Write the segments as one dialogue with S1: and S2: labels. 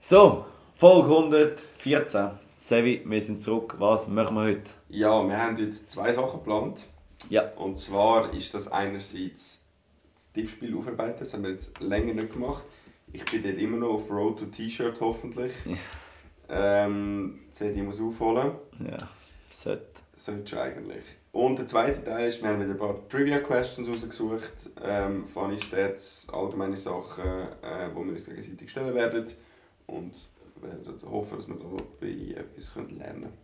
S1: So, Folge 114. Sevi, wir sind zurück. Was machen wir heute?
S2: Ja, wir haben heute zwei Sachen geplant.
S1: Ja.
S2: Und zwar ist das einerseits das Tippspiel aufarbeiten, das haben wir jetzt länger nicht gemacht. Ich bin dort immer noch auf Road to T-Shirt hoffentlich. ähm, CD muss aufholen.
S1: Ja, sollte.
S2: Sollte eigentlich. Und der zweite Teil ist, wir haben wieder ein paar Trivia-Questions rausgesucht. Ähm, Funny Stats, allgemeine Sachen, äh, wo wir uns gegenseitig stellen werden. Und werden hoffen, dass wir dabei etwas können lernen können.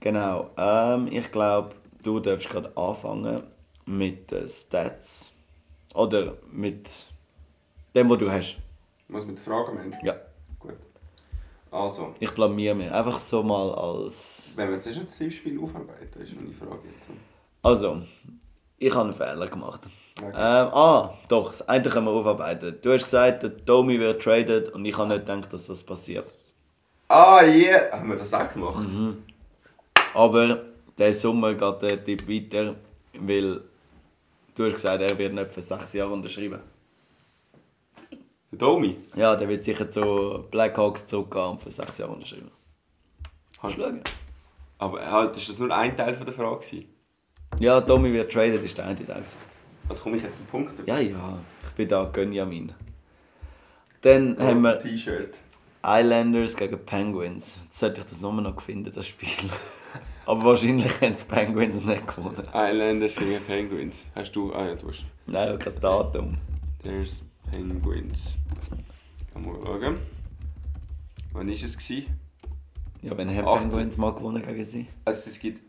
S1: Genau. Ähm, ich glaube, du darfst gerade anfangen mit den Stats. Oder mit dem, was du hast.
S2: Muss mit der Frage, Mensch?
S1: Ja.
S2: Gut. Also,
S1: Ich blamier mich. Einfach so mal als.
S2: wenn wir jetzt nicht das Tippspiel aufarbeiten, ist meine Frage jetzt.
S1: Also, ich habe einen Fehler gemacht.
S2: Okay.
S1: Ähm, ah, doch, das eine können wir aufarbeiten. Du hast gesagt, der Tommy wird traded und ich habe nicht gedacht, dass das passiert.
S2: Ah, yeah! Haben wir das auch gemacht?
S1: Mhm. Aber der Sommer geht der Typ weiter, weil du hast gesagt, er wird nicht für sechs Jahre unterschreiben.
S2: Domi,
S1: Ja, der wird sicher zu Blackhawks zurückgehen und für sechs Jahre unterschreiben.
S2: Ah.
S1: Kannst du schauen?
S2: aber halt, ist das nur ein Teil von der Frage? gewesen?
S1: Ja, Tommy wird traded, ist der eine Tag.
S2: Also komme ich jetzt zum Punkt?
S1: Ja, ja, ich bin da Gönjamin. Dann haben wir
S2: T-Shirt.
S1: Islanders gegen Penguins. Jetzt sollte ich das nochmal noch finden, das Spiel. Aber wahrscheinlich haben die Penguins nicht gewonnen.
S2: Islanders gegen Penguins. Hast du? Ah ja, du hast.
S1: Nein, ich habe kein Datum.
S2: There's Penguins. Kann mal schauen. Wann war es? gewesen?
S1: Ja, wenn Herr
S2: 18.
S1: Penguins mal gewonnen gegen sie.
S2: Also es gibt...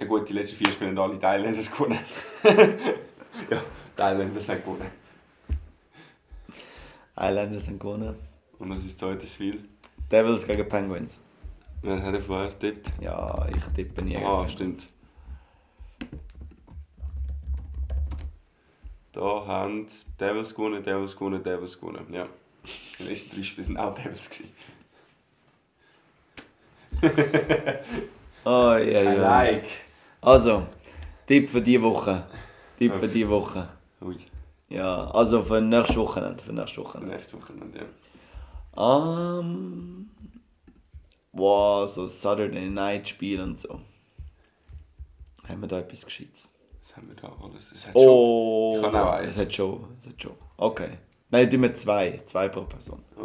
S2: Ja gut, die letzten vier Spiele haben alle die Islanders gewonnen. ja, die Islanders haben gewonnen.
S1: Islanders haben gewonnen.
S2: Und das ist das zweite Spiel.
S1: Devils gegen Penguins.
S2: Wer hat er vorher getippt?
S1: Ja, genau. ich tippe nie.
S2: Ah, stimmt. Da haben die Devils gewonnen, Devils gewonnen, Devils gewonnen. Ja. Die letzten drei Spiele waren auch Devils. gewesen.
S1: Oh, ja,
S2: I
S1: ja.
S2: like.
S1: Also, Tipp für diese Woche. Tipp für diese Woche.
S2: Ui,
S1: Ja, also für nächstes Wochenende. Für nächstes Wochenende.
S2: nächste Woche nicht, ja.
S1: Ähm. wow, so Saturday Night Spiel und so. Haben wir da etwas Gescheites?
S2: Was haben wir da alles? Es hat
S1: Oh,
S2: Ich kann auch eins.
S1: es hat schon. Es hat schon. Okay. Nein, tun wir zwei. Zwei pro Person. Äh,
S2: schon...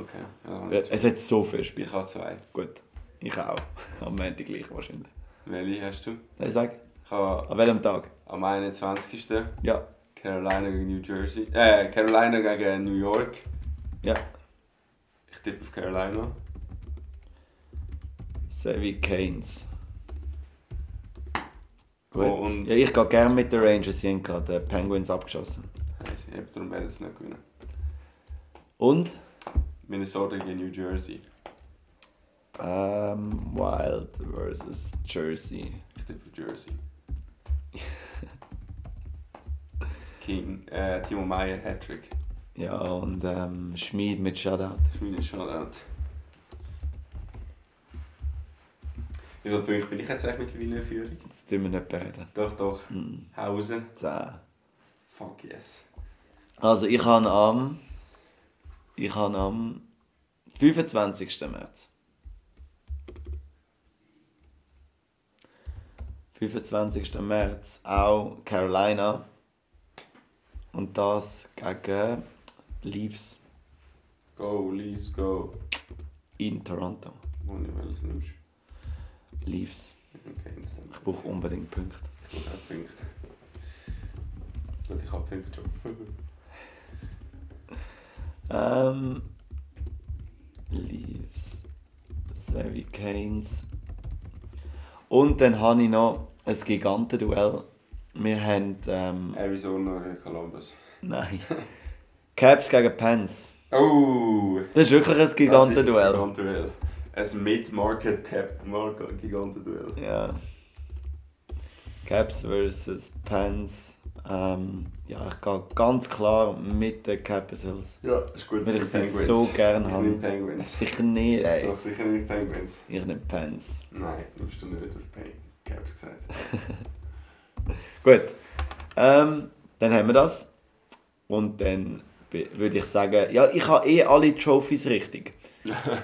S2: Okay. Ja,
S1: Es hat so viel Spiel.
S2: ich habe zwei.
S1: Gut. Ich auch. Am Ende gleich wahrscheinlich.
S2: Welche hast du?
S1: Nein, sag.
S2: Ich habe
S1: An welchem Tag?
S2: am 21.
S1: Ja.
S2: Carolina gegen New Jersey. Äh, Carolina gegen New York.
S1: Ja.
S2: Ich tippe auf Carolina.
S1: Savvy Keynes. Gut.
S2: Oh, und-
S1: ja, ich gehe gerne mit den Rangers. Sie haben gerade die Penguins abgeschossen.
S2: Weiss ich nicht, darum werden sie nicht gewinnen.
S1: Und?
S2: Minnesota gegen New Jersey.
S1: Ähm, Wild versus Jersey.
S2: Ich tippe auf Jersey. King, äh, Timo Meyer, Hattrick.
S1: Ja, und ähm, Schmid mit Shutout.
S2: Das ist mein Shoutout. Wie viele Punkte bin ich jetzt eigentlich mittlerweile in Führung?
S1: Jetzt tun wir nicht bereden.
S2: Doch, doch.
S1: Hm.
S2: Hausen.
S1: Zehn.
S2: Fuck yes.
S1: Also ich habe am... Ich habe am 25. März. 25. März auch Carolina. Und das gegen die Leafs
S2: Go, Leafs, go.
S1: in Toronto.
S2: Wo nicht welches nimmst.
S1: Leafs.
S2: Okay, instant.
S1: Ich brauche unbedingt Punkte.
S2: Ich brauche auch Punkte. Gut, ich habe Punkte schon.
S1: Ähm. Leaves. Savvy Keynes. Und dann habe ich noch ein Gigantenduell. Wir haben. Ähm,
S2: Äh. Arizona gegen Columbus.
S1: nein. Caps gegen Pens.
S2: Oh!
S1: Das ist wirklich ein
S2: Das ist
S1: Gigantenduell.
S2: ein Gigantenduell. Ein Mid-Market-Cap-Gigantenduell.
S1: Ja. Caps versus Pens. Ähm, ja, ich gehe ganz klar mit den Capitals.
S2: Ja, ist gut.
S1: Weil ich sie
S2: Penguins.
S1: so gerne
S2: Ich
S1: habe.
S2: nehme Penguins.
S1: Sicher nicht, ey.
S2: Doch, sicher nicht Penguins.
S1: Ich nehme Pens.
S2: Nein, du hast du nicht auf Pen Caps gesagt.
S1: Gut. Ähm, dann haben wir das. Und dann be- würde ich sagen, ja, ich habe eh alle Trophies richtig.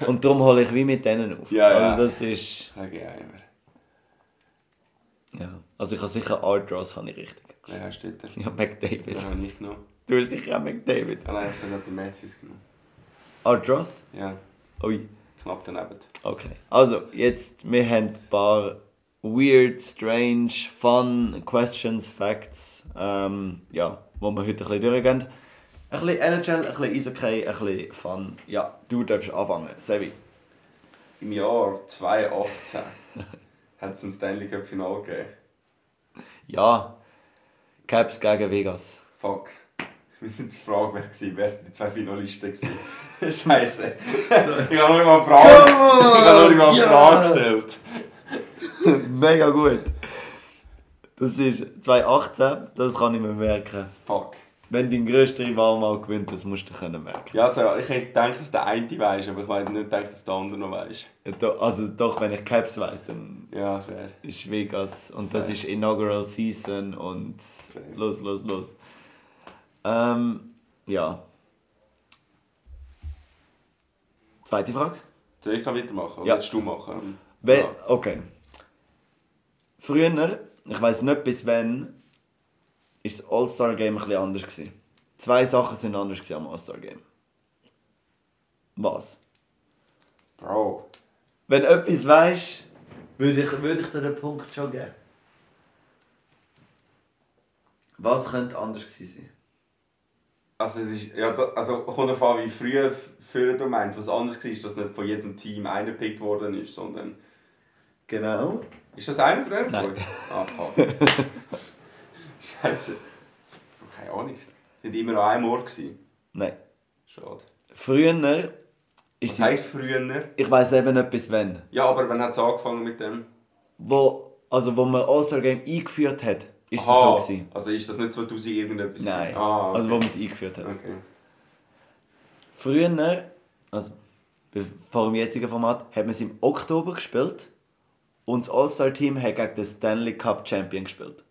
S1: Und darum hole ich wie mit denen auf.
S2: Ja, ja.
S1: Also das ist...
S2: Sag ich auch immer.
S1: Ja. Also ich habe sicher Ardross habe ich richtig.
S2: Wer hast du dort?
S1: Ja, McDavid.
S2: Den habe ich genommen.
S1: Du hast sicher auch McDavid.
S2: Ah nein, ich habe den Matthews genommen.
S1: Ardross?
S2: Ja,
S1: Ui.
S2: knapp daneben.
S1: Okay. Also, jetzt, wir haben ein paar weird, strange, fun questions, facts, ähm, ja, wo wir heute ein bisschen durchgehen. Ein bisschen NHL, ein bisschen Eishockey, ein bisschen fun. Ja, du darfst anfangen. Sevi.
S2: Im Jahr 2018 hat es ein Stanley Cup Final gegeben.
S1: Ja. Caps gegen Vegas.
S2: Fuck. Wir sind die Frage, wer gewesen, wer sind die zwei Finalisten gewesen? Scheiße. Ich habe noch nicht mal eine Frage, ich habe noch nicht mal eine
S1: Ja.
S2: Frage gestellt.
S1: Mega gut. Das ist 2018, das kann ich mir merken.
S2: Fuck.
S1: Wenn dein grösster Rival mal gewinnt, das musst du können merken.
S2: Ja, also, ich hätte gedacht, dass der eine weiß, aber ich hätte nicht gedacht, dass der andere noch weiß.
S1: Ja, do- Also doch, wenn ich Caps weiss, dann
S2: Ja, fair.
S1: ist Vegas und das ist Inaugural Season und
S2: Fair.
S1: los, los, los. Ähm, ja. Zweite Frage?
S2: Soll ich weitermachen? Oder
S1: Ja.
S2: Willst du machen?
S1: We
S2: Ja.
S1: Okay. Früher, ich weiß nicht bis wann, ist das All-Star-Game ein bisschen anders gewesen. Zwei Sachen sind anders gewesen am All-Star-Game. Was?
S2: Bro.
S1: Wenn du etwas weisst, würde ich, würde ich dir den Punkt schon geben. Was könnte anders gewesen sein?
S2: Also, es ist, ja, da, also kommt auf an, wie früh f- früher du meinst. Was anders war, ist, dass nicht von jedem Team einer gepickt worden ist, sondern...
S1: Genau.
S2: Ist das einer von denen?
S1: Nein.
S2: zwei? Ah, fuck. Scheiße. Keine Ahnung. Sind immer an einem Ort gewesen.
S1: Nein.
S2: Schade.
S1: Früher ist
S2: Was
S1: sie,
S2: heisst früher?
S1: Ich weiß eben nicht bis wann.
S2: Ja, aber wann hat es angefangen mit dem?
S1: Wo, also wo man All-Star-Game eingeführt hat, ist es so
S2: Aha.
S1: gewesen.
S2: Also ist das nicht 2000 irgendetwas?
S1: Nein.
S2: gewesen? Ah, okay.
S1: Also wo man es eingeführt hat.
S2: Okay.
S1: Früher, also be- vor dem jetzigen Format, hat man es im Oktober gespielt und das All-Star-Team hat gegen den Stanley Cup Champion gespielt.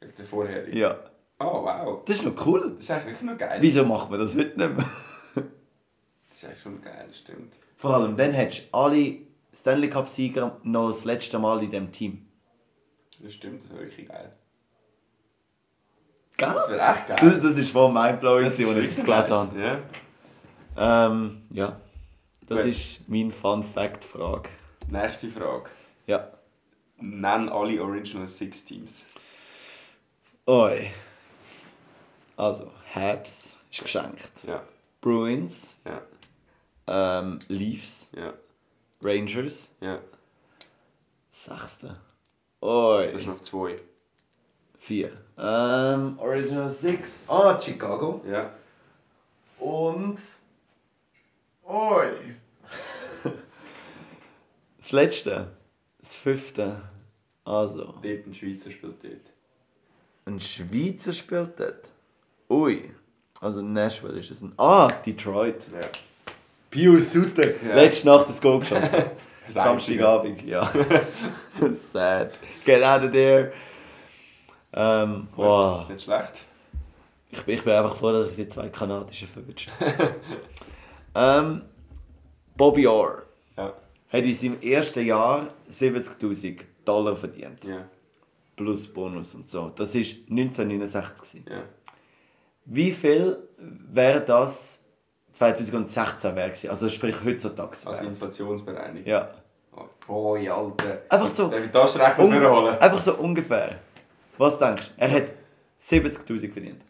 S2: Gegen den vorherigen.
S1: Ja.
S2: Oh, wow.
S1: Das ist noch cool.
S2: Das ist eigentlich noch geil.
S1: Wieso macht man das heute nicht mehr?
S2: Das ist eigentlich schon geil, stimmt.
S1: Vor allem, dann hättest du alle Stanley Cup-Sieger noch das letzte Mal in diesem Team.
S2: Das stimmt, das ist wirklich geil.
S1: Gell?
S2: Das wäre echt geil.
S1: Das, das ist voll mindblowing, als
S2: Das
S1: ich
S2: ist
S1: das
S2: wirklich
S1: gelesen
S2: nice.
S1: habe.
S2: Ja.
S1: Ähm, ja. Das
S2: Gut.
S1: ist meine Fun-Fact-Frage.
S2: Nächste Frage.
S1: Ja.
S2: Nenn alle Original Six Teams.
S1: Oi. Also, Habs ist geschenkt.
S2: Ja,
S1: Bruins,
S2: ja,
S1: ähm, Leafs,
S2: ja,
S1: Rangers,
S2: ja.
S1: sechste.
S2: Du
S1: Oi.
S2: hast noch zwei.
S1: Vier. Ähm, Original Six. Ah, Chicago.
S2: Ja.
S1: Und. Oi! Das letzte. Das fünfte. Also.
S2: Dort ein Schweizer spielt dort.
S1: Ein Schweizer spielt dort. Ui. Also Nashville ist es ein. Ah, Detroit.
S2: Ja.
S1: Pius Sutter.
S2: Ja.
S1: Letzte Nacht das Goal geschossen.
S2: Das
S1: Samstagabend, ja. Sad. Get out of there. Ähm, wow.
S2: Nicht schlecht.
S1: Ich bin, ich bin einfach froh, dass ich die zwei Kanadischen verwünscht habe. ähm, Bobby Orr
S2: Ja,
S1: hat in seinem ersten Jahr 70.000 Dollar verdient.
S2: ja,
S1: Plus Bonus und so. Das war 1969. gewesen.
S2: ja.
S1: Wie viel wäre das 2016 wäre gewesen? Also sprich heutzutage.
S2: Also
S1: Wert.
S2: Inflationsbereinigung.
S1: Ja.
S2: Oh, boy, Alter.
S1: Einfach so. Um-
S2: Darf ich das Rechnung
S1: Un-
S2: wiederholen?
S1: Einfach so ungefähr. Was denkst du? Er hat 70.000 verdient.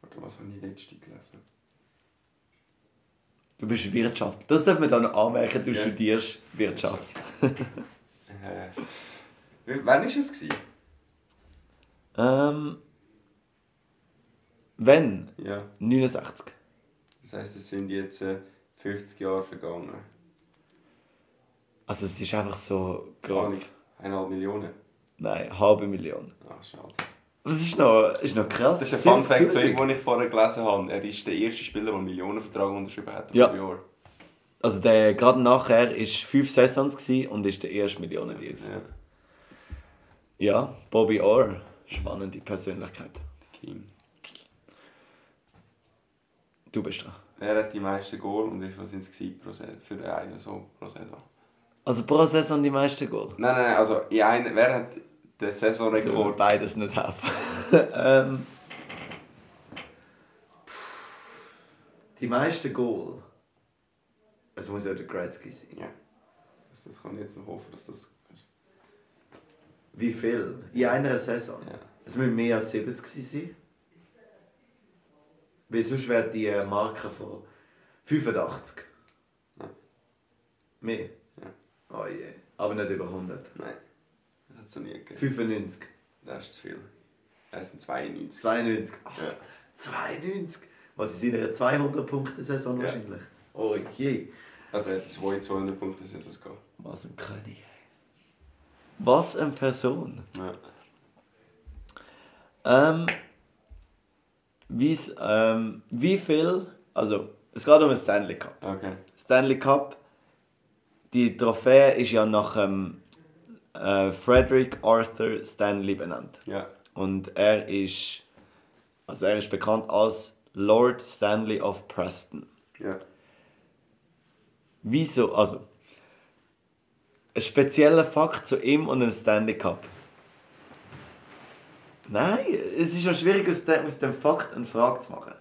S2: Warte, was habe ich letzte gelesen?
S1: Du bist Wirtschaft. Das darf man da noch anmerken, du
S2: Ja.
S1: studierst Wirtschaft.
S2: Äh, w- wann war es? Gewesen?
S1: Ähm, wenn?
S2: Ja.
S1: 69.
S2: Das heisst, es sind jetzt äh, 50 Jahre vergangen.
S1: Also es ist einfach so
S2: Gar
S1: grob.
S2: nichts. Eineinhalb Millionen.
S1: Nein, halbe Million.
S2: Ach, schade.
S1: Das ist noch, ist noch krass.
S2: Das ist ein Fun Fact zu
S1: 70.000.
S2: ihm, den ich vorher gelesen habe. Er ist der erste Spieler, der einen Millionenvertrag unterschrieben hat.
S1: Ja.
S2: pro Jahr.
S1: Also der gerade nachher ist fünf Saisons gewesen und ist der erste Millionendeal. Ja.
S2: Ja.
S1: ja, Bobby Orr, spannende Persönlichkeit.
S2: King.
S1: Du bist dran.
S2: Wer hat die meisten Goal und wie viel sind es gewesen pro Se- für einen so pro Saison?
S1: Also pro Saison die meisten Goal.
S2: Nein, nein, nein, also in einer, wer hat den
S1: So,
S2: Saisonrekord?
S1: beides nicht helfen. ähm, die meisten Goal. Es muss ja der Gretzky sein.
S2: Ja. Das- Das kann ich jetzt noch hoffen, dass das.
S1: Wie viel? In einer Saison?
S2: Ja.
S1: Es müssen mehr als 70 gewesen sein. Weil sonst wäre die äh, Marke von 85.
S2: Ja.
S1: Mehr?
S2: Ja.
S1: Oh je. Aber nicht über 100.
S2: Nein, das hat es nie gegeben.
S1: 95.
S2: Das ist zu viel. Das sind 92.
S1: 92.
S2: Ja.
S1: 92? Was ist in einer 200-Punkte-Saison
S2: Ja.
S1: wahrscheinlich? Oh je.
S2: Also er hat zwei 200 Punkte Saisons gehabt.
S1: Was ein König. ey. Was eine Person.
S2: Ja.
S1: Ähm, wie's, ähm, wie viel, also es geht um den Stanley Cup.
S2: Okay.
S1: Stanley Cup, die Trophäe ist ja nach ähm, äh, Frederick Arthur Stanley benannt.
S2: Ja.
S1: Und er ist, also er ist bekannt als Lord Stanley of Preston.
S2: Ja.
S1: Wieso? Also, ein spezieller Fakt zu ihm und einem Stanley Cup. Nein, es ist schon schwierig, aus, de, aus dem Fakt eine Frage zu machen.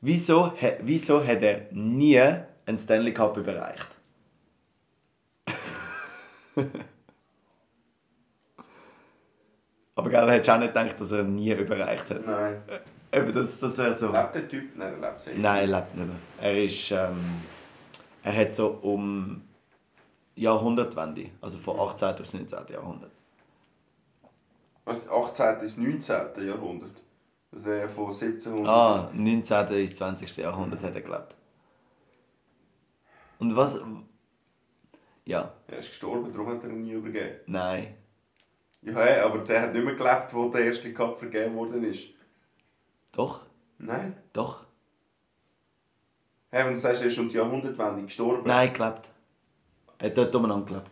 S1: Wieso, hä- wieso hat er nie einen Stanley Cup überreicht? Aber gell, hättest du auch nicht gedacht, dass er ihn nie überreicht hat.
S2: Nein.
S1: Eben, das, das wäre so.
S2: Lebt der Typ? Nein, er lebt sehr.
S1: Äh. Nein, er lebt nicht mehr. Er ist. Ähm, er hat so um Jahrhundertwende, also von 18. bis 19. Jahrhundert.
S2: Was 18. bis 19. Jahrhundert. Das wäre von 1700.
S1: Ah, 19. bis 20. Jahrhundert hat er gelebt. Und was. Ja,
S2: Er ist gestorben, darum hat er ihn nie übergeben.
S1: nein.
S2: Ja, hey, aber der hat nicht mehr gelebt, wo der erste Cup vergeben worden ist.
S1: Doch,
S2: Nein.
S1: doch.
S2: Hey, wenn du sagst, er ist um die Jahrhundertwende gestorben.
S1: Nein, gelebt. Er hat dort umeinander gelebt.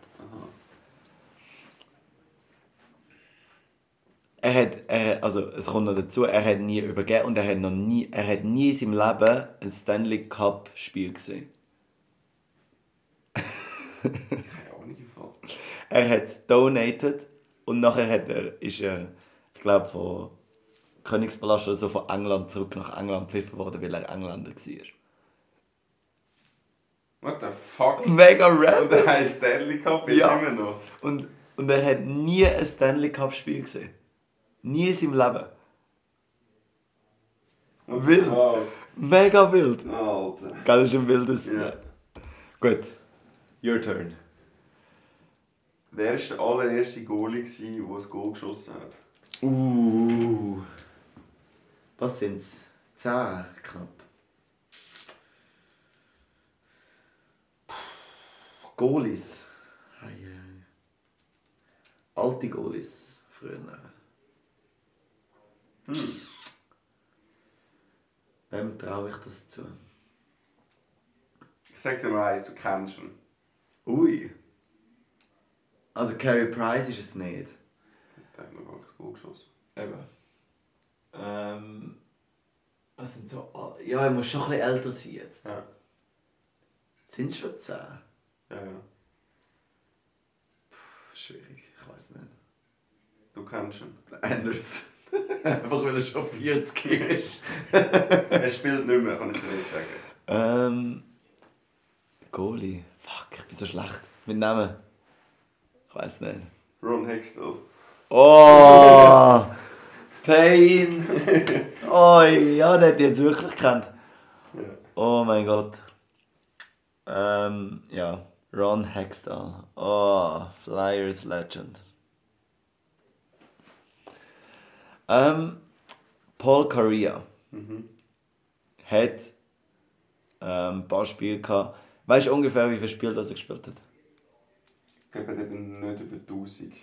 S1: Er hat, er, also es kommt noch dazu, er hat nie übergeben und er hat noch nie, er hat nie in seinem Leben ein Stanley Cup Spiel gesehen.
S2: Keine Ahnung im Fall.
S1: Er hat es donated und nachher hat er, ist er, ich glaube, von Königspalast oder so von England zurück nach England gepfiffen worden, weil er Engländer war.
S2: What the fuck?
S1: Mega random!
S2: Und er heisst Stanley Cup jetzt
S1: Ja.
S2: immer noch.
S1: Und, und er hat nie ein Stanley Cup Spiel gesehen. Nie in seinem Leben. Wild.
S2: Wow.
S1: Mega wild.
S2: Alter.
S1: Gell, ist ein wildes.
S2: Ja.
S1: Gut. Your turn.
S2: Wer war der allererste Goalie, gewesen, der das Goal geschossen hat?
S1: Uh. Was sind's? Zehn knapp. Goalies. Ei, ei. Alte Goalies früher. Hm. Wem traue ich das zu?
S2: Ich sag dir mal eins, du kennst ihn.
S1: Ui. Also Carey Price ist es nicht.
S2: Der hat noch gar nicht das Goal geschossen.
S1: Eben. Ähm. Was sind so. al- Ja, er muss schon ein bisschen älter sein jetzt.
S2: Ja.
S1: Sind es schon 10?
S2: ja, ja.
S1: Schwierig, ich weiß nicht.
S2: Du kennst ihn.
S1: Anders. Einfach weil er schon 40 ist.
S2: er spielt nicht mehr, kann ich dir nicht sagen.
S1: Ähm. Goalie. Fuck, ich bin so schlecht. Mit Namen. Ich weiß nicht.
S2: Ron Hextall.
S1: Oh! Pain! Oh ja, der hat die jetzt wirklich gekannt.
S2: Ja.
S1: Oh mein Gott. Ähm, ja. Ron Hextall. Oh, Flyers Legend. Ähm, Paul Correa hat ähm, ein paar Spiele gehabt. Weißt du ungefähr, wie viele Spiele das er gespielt hat?
S2: Ich glaube, er hat eben nicht über 1000.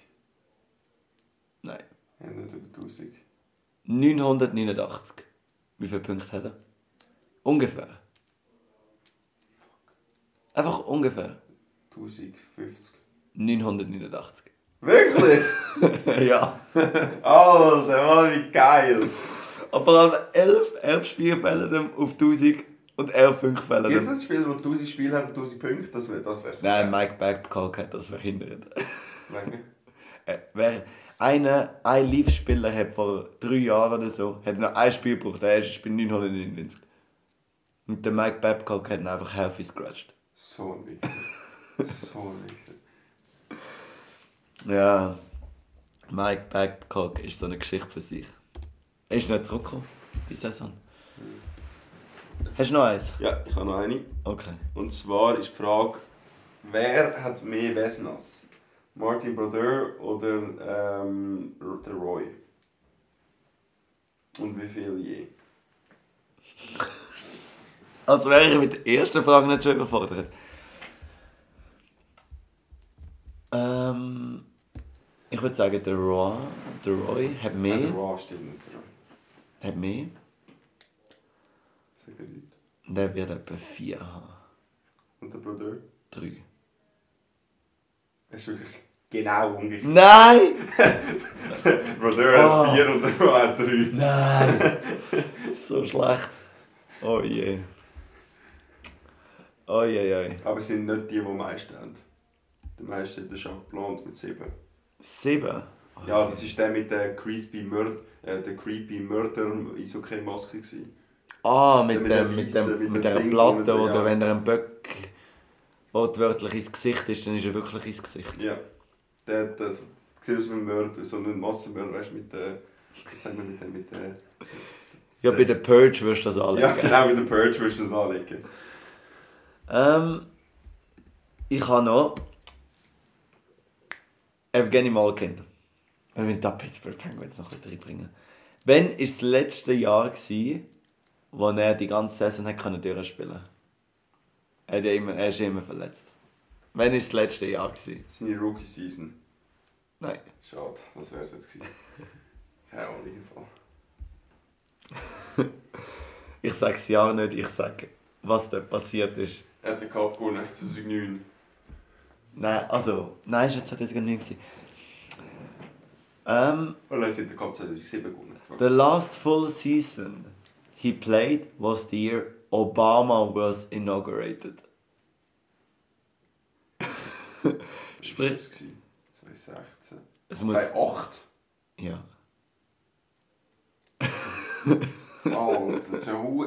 S1: Nein.
S2: Er hat nicht über 1000.
S1: 989. Wie viele Punkte hat er? Ungefähr. Einfach ungefähr.
S2: 1050.
S1: 989.
S2: Wirklich?
S1: ja.
S2: Alter, Mann, wie geil!
S1: Und vor allem 11, 11 Spielfälle auf 1000 und 11 Punktfälle.
S2: Gibt es ein Spiel, wo 1000 Spiele hat und 1000 Punkte? Das wäre das wär's.
S1: Nein, Mike Babcock hat das verhindert.
S2: Wegen-
S1: Äh, Wer einen, ein Leafs-Spieler hat vor drei Jahren oder so, hat noch ein Spiel gebraucht, der erste Spiel 999. Und der Mike Babcock hat ihn einfach healthy scratched.
S2: So ein Wichser. So ein Wichser.
S1: Ja. Mike Babcock ist so eine Geschichte für sich. Er ist nicht zurückgekommen, die Saison. Hast du noch eins?
S2: Ja, ich habe noch eine.
S1: Okay.
S2: Und zwar ist die Frage, wer hat mehr Wesnas? Martin Brodeur oder ähm, der Roy? Und wie viel je?
S1: Also wäre ich mit der ersten Frage nicht schon überfordert. Ähm, ich würde sagen, der Roy, der Roy hat mehr.
S2: Nein, Also, der Roy stimmt nicht. Der Roy.
S1: Hat mehr.
S2: Sagen die Leute.
S1: Der wird etwa vier haben.
S2: Und der Brodeur?
S1: Drei.
S2: Er ist wirklich genau umgekehrt.
S1: Nein!
S2: Brodeur hat
S1: Ah.
S2: 4 und der Roy hat 3.
S1: Nein! so schlecht. Oh je. Oh je, je.
S2: Aber es sind nicht die, die am meisten haben. Der meiste hat der Jacques Blond mit 7.
S1: Sieben.
S2: Ja, das war der mit der creepy, Mur äh, der creepy Murder in so keine Maske. Gewesen.
S1: Ah, mit,
S2: Mit
S1: mit,
S2: der
S1: dem, mit,
S2: weissen,
S1: dem,
S2: mit
S1: mit
S2: dem
S1: dieser
S2: Ding
S1: Platte,
S2: vorne,
S1: oder
S2: ja.
S1: wenn er ein Böck wortwörtlich ins Gesicht ist, dann ist er wirklich ins Gesicht.
S2: Ja. Der hat das sieht aus wie ein Mörder, so ein Massenmörder, weißt du, mit der. Was sagen wir mit der. Mit der
S1: Ja, bei der Purge wirst du das alle
S2: Ja, genau, mit der Purge würdest du das anlegen.
S1: Ähm, ich habe noch Evgeny Malkin. Wenn wir da Pittsburgh Penguins noch ein bisschen reinbringen. Wann war das letzte Jahr, gewesen, wo er die ganze Saison hat können durchspielen konnte? Er, hat ja immer, er ist ja immer verletzt. Wann war das letzte Jahr? Gewesen?
S2: Seine Rookie-Season.
S1: Nein.
S2: Schade, das wär's jetzt gewesen. Keine Ahnung, im Fall.
S1: Ich sage das Jahr nicht, ich sage, was dort passiert ist.
S2: Er hat den Cup gewonnen, 2009.
S1: Nein, also, nein, es war 2009. Ähm,
S2: Oder er hat den Cup 2007 gewonnen.
S1: The last full season he played was the year Obama was inaugurated.
S2: Sprich.
S1: Sprich,
S2: 2016.
S1: es muss.
S2: 2008?
S1: Ja.
S2: Oh, das ist ja hu-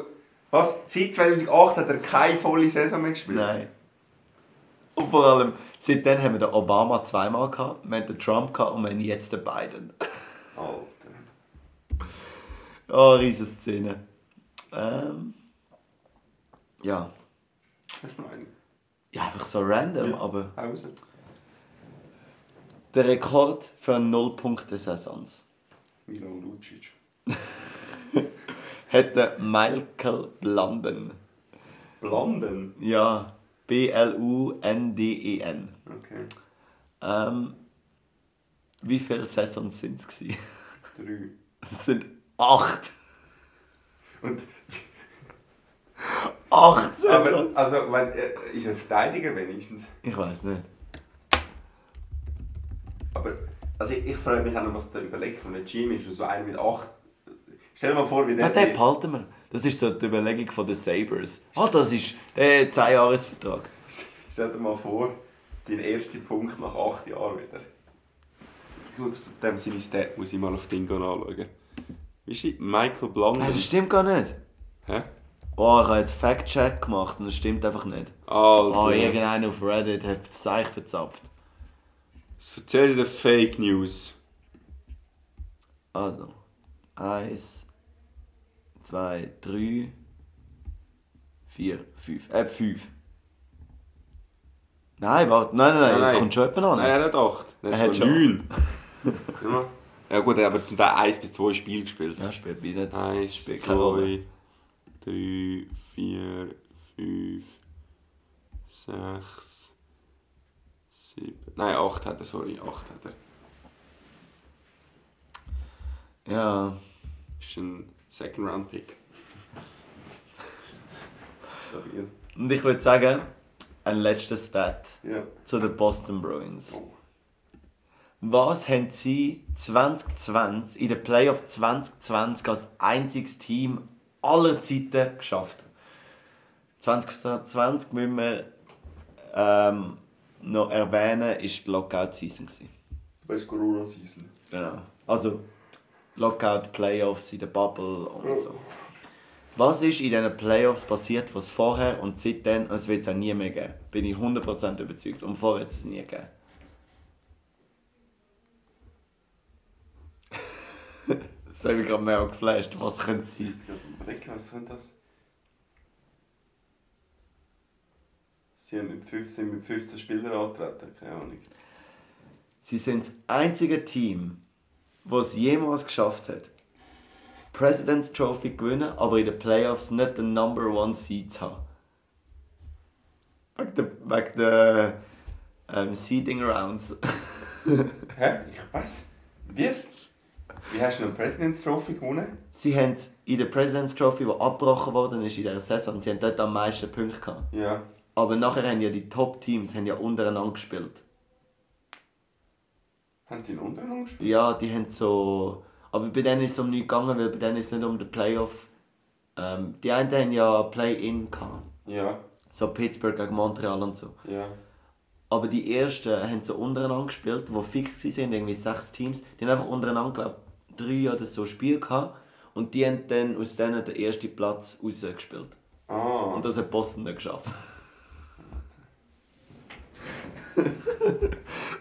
S2: Was? Seit 2008 hat er keine volle Saison mehr gespielt?
S1: Nein. Und vor allem, seitdem haben wir den Obama zweimal gehabt, wir haben den Trump gehabt und wir haben jetzt den Biden.
S2: Alter.
S1: Oh, riesige Szene. Ähm. Ja.
S2: Hast du noch einen?
S1: Ja, einfach so random,
S2: Ja.
S1: aber.
S2: Hause.
S1: Der Rekord für eine Nullpunkte-Saisons
S2: Milan Lucic.
S1: hätte Michael Blanden.
S2: London?
S1: Ja, B-L-U-N-D-E-N.
S2: Okay.
S1: Ähm, wie viele Saisons sind es? gewesen?
S2: Drei.
S1: Es sind acht.
S2: Und,
S1: Acht
S2: aber,
S1: Saisons.
S2: also, wenn, äh, ist ein Verteidiger wenigstens.
S1: Ich weiß nicht.
S2: Aber also ich, ich frage mich auch noch, was der Überleg von dem Gym ist. Also einer mit acht. Stell dir mal vor, wie der
S1: Was Ah, den behalten wir? Das ist so die Überlegung von den Sabres. Ah, das ist der 10-Jahres-Vertrag.
S2: Stell dir mal vor, dein erster Punkt nach acht Jahren wieder. Gut, dem seine Stat muss ich mal auf Dingo anschauen. Wie schreibt Michael
S1: Nein,
S2: Blondin?
S1: das stimmt gar nicht.
S2: Hä?
S1: Oh, ich habe jetzt Fact-Check gemacht und das stimmt einfach nicht.
S2: Alter.
S1: Oh, irgendeiner auf Reddit hat das Zeich verzapft.
S2: Was erzählst du dir Fake News?
S1: Also, eins, zwei, drei, vier, fünf. Äh, fünf. Nein, warte, nein, Ah, nein, nein,
S2: Nein,
S1: jetzt
S2: nein.
S1: kommt schon jemand an.
S2: Nein, er hat 8. Er
S1: Er
S2: hat
S1: hat
S2: sogar 9. ja gut, er hat aber zum Teil 1 bis 2 Spiele gespielt.
S1: Ja, spielt wieder. das
S2: 1,
S1: spielt keine Rolle.
S2: 2, 3, 4, 5, 6, 7. Nein, 8 hat er, sorry, 8 hat er.
S1: Ja,
S2: Ist ein Second Round Pick. Stabil.
S1: und ich würde sagen, ein letzter Stat
S2: Ja.
S1: zu den Boston Bruins. Was haben sie 2020 in der Playoff 2020 als einziges Team aller Zeiten geschafft? 2020 müssen wir ähm, noch erwähnen, ist die Lockout-Season. gewesen.
S2: Weil es Corona-Season
S1: Genau. Also Lockout, Playoffs in der Bubble und so. Was ist in diesen Playoffs passiert, was vorher und seitdem, und es wird es auch nie mehr geben, bin ich 100% überzeugt. Und vorher hat es nie gegeben. das habe ich gerade mehr geflasht. Was könnte es sein?
S2: Ja, Überlegen, was könnte das? Sie haben mit 15, mit 15 Spielern angetreten, keine Ahnung.
S1: Sie sind das einzige Team, das es jemals geschafft hat, President's Trophy gewinnen, aber in den Playoffs nicht den Number One Seed zu haben. Wegen der, wegen der ähm, Seeding Rounds.
S2: Hä? Ich was? Wie? Wie hast du eine President's Trophy gewonnen?
S1: sie haben es in der President's Trophy, die abgebrochen worden ist in dieser Saison, sie haben dort am meisten Punkte gehabt.
S2: Ja.
S1: Aber nachher haben ja die Top-Teams haben ja untereinander gespielt.
S2: Haben die ihn untereinander gespielt?
S1: Ja, die haben so. Aber bei denen ist es um nichts gegangen, weil bei denen ist es nicht um den Playoff. Ähm, die einen haben ja Play-In gehabt.
S2: Ja.
S1: So Pittsburgh gegen Montreal und so.
S2: Ja.
S1: Aber die ersten haben so untereinander gespielt, die fix waren, irgendwie sechs Teams. Die haben einfach untereinander, glaube ich, drei oder so Spiele gehabt. Und die haben dann aus denen den ersten Platz rausgespielt.
S2: Ah.
S1: Und das hat Boston nicht geschafft.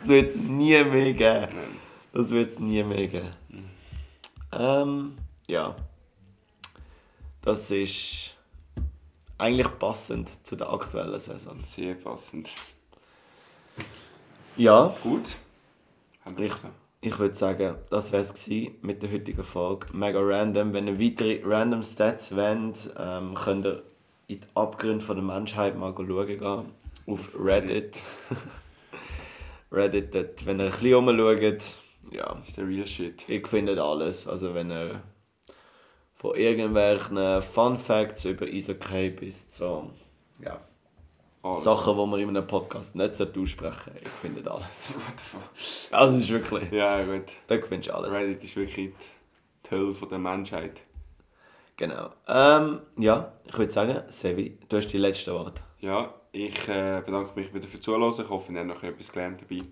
S1: das wird es nie mehr geben. Das wird es nie mehr geben. Ähm, ja. Das ist eigentlich passend zu der aktuellen Saison.
S2: Sehr passend.
S1: Ja,
S2: Gut. Haben wir
S1: ich,
S2: so.
S1: ich würde sagen, das wäre es mit der heutigen Folge. Mega random. Wenn ihr weitere random Stats wollt, ähm, könnt ihr in die Abgründe von der Menschheit mal schauen gehen. Auf Reddit. Reddit, dort, wenn ihr ein bisschen rumschaut, ja,
S2: Das ist der real shit.
S1: Ihr findet alles. Also wenn ihr von irgendwelchen Fun Facts über Isokay bis zu ja,
S2: Alles.
S1: Sachen, die man in einem Podcast nicht aussprechen sollte, ihr findet alles.
S2: What the fuck?
S1: Also es ist wirklich,
S2: Ja, gut.
S1: da findest du alles.
S2: Reddit ist wirklich die Hölle von der Menschheit.
S1: Genau. Ähm, ja, ich würde sagen, Sevi, du hast die letzte Worte.
S2: Ja, ich äh, bedanke mich wieder für das Zuhören. Ich hoffe, ihr habt noch etwas gelernt dabei.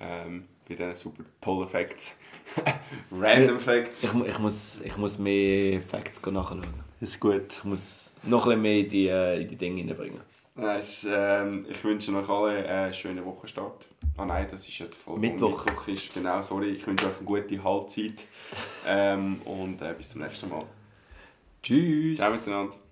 S2: Ähm, bei diesen super tollen Facts. Random Facts.
S1: Ich, mu- ich, muss, ich muss mehr Facts nachschauen.
S2: Ist gut.
S1: Ich muss noch ein bisschen mehr in die, äh, in die Dinge reinbringen.
S2: Nice. Ähm, ich wünsche euch alle einen schönen Wochenstart. Ah nein, das ist ja die Folge.
S1: Mittwoch.
S2: wo Mittwoch ist, genau, sorry. Ich wünsche euch eine gute Halbzeit. ähm, und äh, bis zum nächsten Mal.
S1: Tschüss!
S2: Ciao miteinander.